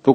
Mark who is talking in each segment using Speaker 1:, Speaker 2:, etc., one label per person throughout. Speaker 1: 不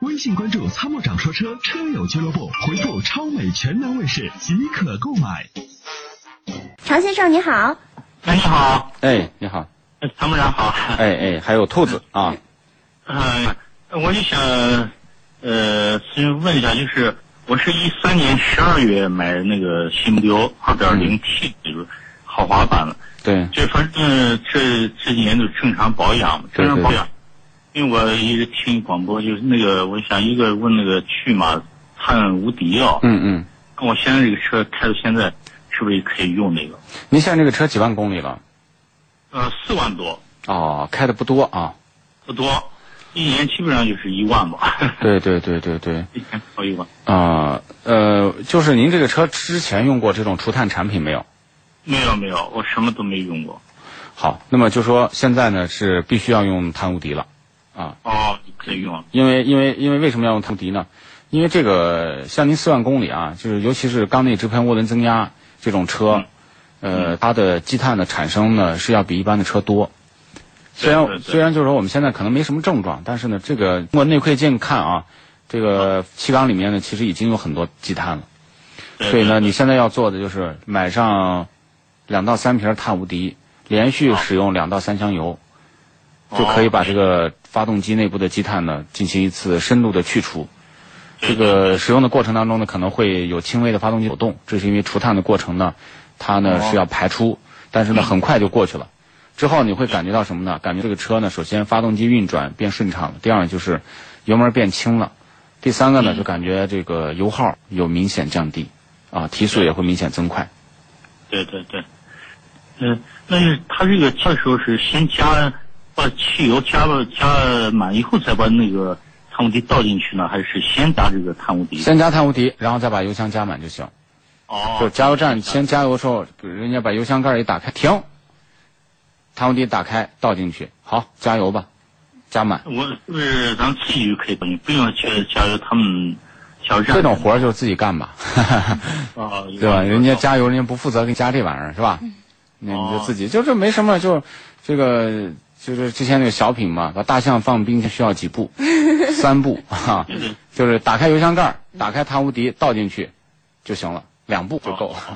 Speaker 2: 微信关注“参谋长说车”车友俱乐部，回复“超美全能卫士”即可购买。
Speaker 3: 常先生你好，
Speaker 4: 哎，你好，
Speaker 1: 哎，你好，
Speaker 4: 呃参谋长 好。
Speaker 1: 哎哎，还有兔子啊，
Speaker 4: 呃，我就想，呃，先问一下，就是我是一三年十二月买的那个新目标二点零 T 豪华版了，
Speaker 1: 对，
Speaker 4: 这反正、呃这这几年都正常保养嘛，
Speaker 1: 对
Speaker 4: 正常
Speaker 1: 对
Speaker 4: 保养。因为我一直听广播，就是那个，我想一个问那个去马碳无敌啊，
Speaker 1: 嗯嗯，
Speaker 4: 我现在这个车开到现在，是不是可以用那个？
Speaker 1: 您现在这个车几万公里了？
Speaker 4: 呃，四万多
Speaker 1: 哦，开的不多啊。
Speaker 4: 不多，一年基本上就是一万吧，
Speaker 1: 对对对对对，
Speaker 4: 一年超一万。
Speaker 1: 啊呃，就是您这个车之前用过这种除碳产品没有？
Speaker 4: 没有没有，我什么都没用过。
Speaker 1: 好，那么就说现在呢是必须要用碳无敌了。
Speaker 4: 哦，你可以用。
Speaker 1: 因为因为因为为什么要用途笛呢？因为这个像您四万公里啊，就是尤其是缸内直喷涡轮增压这种车，
Speaker 4: 嗯
Speaker 1: 呃，它的积碳的产生呢是要比一般的车多。虽
Speaker 4: 对
Speaker 1: 然
Speaker 4: 对
Speaker 1: 虽然就是说我们现在可能没什么症状，但是呢，这个通过内窥镜看啊，这个气缸里面呢其实已经有很多积碳了。
Speaker 4: 对
Speaker 1: 所以呢，
Speaker 4: 对
Speaker 1: 你现在要做的就是买上两到三瓶碳无敌，连续使用两到三箱油，就可以
Speaker 4: 哦
Speaker 1: 把这个发动机内部的积碳呢进行一次深度的去除。这
Speaker 4: 对
Speaker 1: 个使用的过程当中呢，可能会有轻微的发动机抖动，这是因为除碳的过程呢，它呢
Speaker 4: 哦
Speaker 1: 是要排出，但是呢很快就过去了。之后你会感觉到什么呢？感觉这个车呢，首先发动机运转变顺畅了，第二就是油门变轻了，第三个呢就感觉这个油耗有明显降低，啊，提速也会明显增快。
Speaker 4: 对对对。嗯、那就是它这个加的时候是先加把汽油加了加满以后，再把那个碳无敌倒进去呢，还是先加这个碳无敌？
Speaker 1: 先加碳无敌，然后再把油箱加满就行。
Speaker 4: 哦，
Speaker 1: 就加油站先加油的时候，比如人家把油箱盖儿一打开，停，碳无敌打开倒进去，好，加油吧，加满。
Speaker 4: 我是不是咱自己就可以动？不用去加油他们加油站
Speaker 1: 这种活儿就自己干吧，
Speaker 4: 啊，
Speaker 1: 对吧？人家加油，人家不负责给你加这玩意儿，是吧？那你
Speaker 4: 哦
Speaker 1: 就自己就这没什么，就这个就是之前那个小品嘛，把大象放冰箱需要几步？三步哈、
Speaker 4: 嗯
Speaker 1: 就是打开油箱盖儿，打开碳无敌倒进去就行了，两步就够了。
Speaker 4: 哦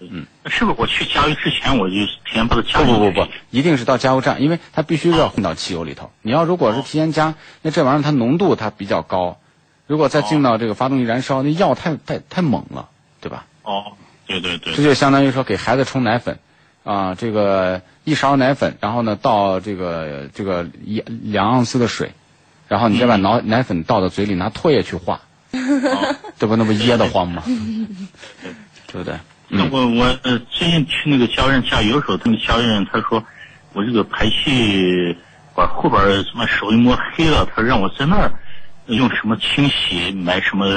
Speaker 4: 嗯是不是我去加油之前我就提前把它加
Speaker 1: 哦不
Speaker 4: 进去？
Speaker 1: 不不不，一定是到加油站，因为它必须要混到汽油里头。你要如果是提前加，那这玩意儿它浓度它比较高，如果再进到这个发动机燃烧，那药太太太猛了，对吧？
Speaker 4: 哦，对对对
Speaker 1: 这，就相当于说给孩子冲奶粉，啊、这个一勺奶粉，然后呢倒这个这个一两盎司的水，然后你再把奶奶粉倒到嘴里，拿唾液去化，
Speaker 4: 哦
Speaker 1: 这不那不噎得慌吗？对不对？
Speaker 4: 那我我呃，最近去那个加油站加油的时候，他们加油站他说我这个排气管后边儿什么手一摸黑了，他让我在那儿用什么清洗，买什么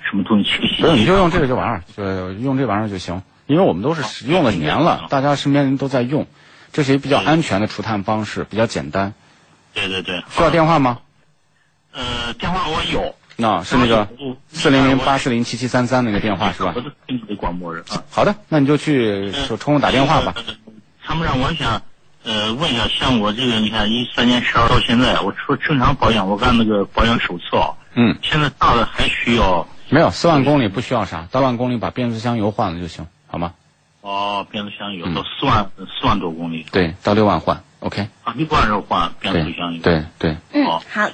Speaker 4: 什么东西清洗。
Speaker 1: 不是，你就用这个就完了，就用这玩意儿就行，因为我们都是
Speaker 4: 哦
Speaker 1: 使用了年了，大家身边人都在用，这是一比较安全的除碳方式，比较简单。
Speaker 4: 对对对，
Speaker 1: 需要电话吗？
Speaker 4: 呃电话我有，
Speaker 1: 那、是那个
Speaker 4: 我
Speaker 1: 四
Speaker 4: 嗯
Speaker 1: 零零八四零七七三三那个电话是吧
Speaker 4: 我？都听你的广播了啊。
Speaker 1: 好的，那你就
Speaker 4: 嗯
Speaker 1: 去就冲我打电话吧。
Speaker 4: 呃。参谋长，我想呃问一下，像我这个你看一三年十二到现在，我除了正常保养，我按那个保养手册啊，
Speaker 1: 嗯，
Speaker 4: 现在大的还需要。
Speaker 1: 没有，四万公里不需要啥，到万公里把变速箱油换了就行，好吗？
Speaker 4: 哦，变速箱油
Speaker 1: 嗯
Speaker 4: 到四万四万多公里
Speaker 1: 对，到六万换，OK？
Speaker 4: 啊，六万时候换变
Speaker 1: 对
Speaker 4: 速箱油。，
Speaker 1: 对对。
Speaker 3: 嗯
Speaker 4: 好
Speaker 3: 好。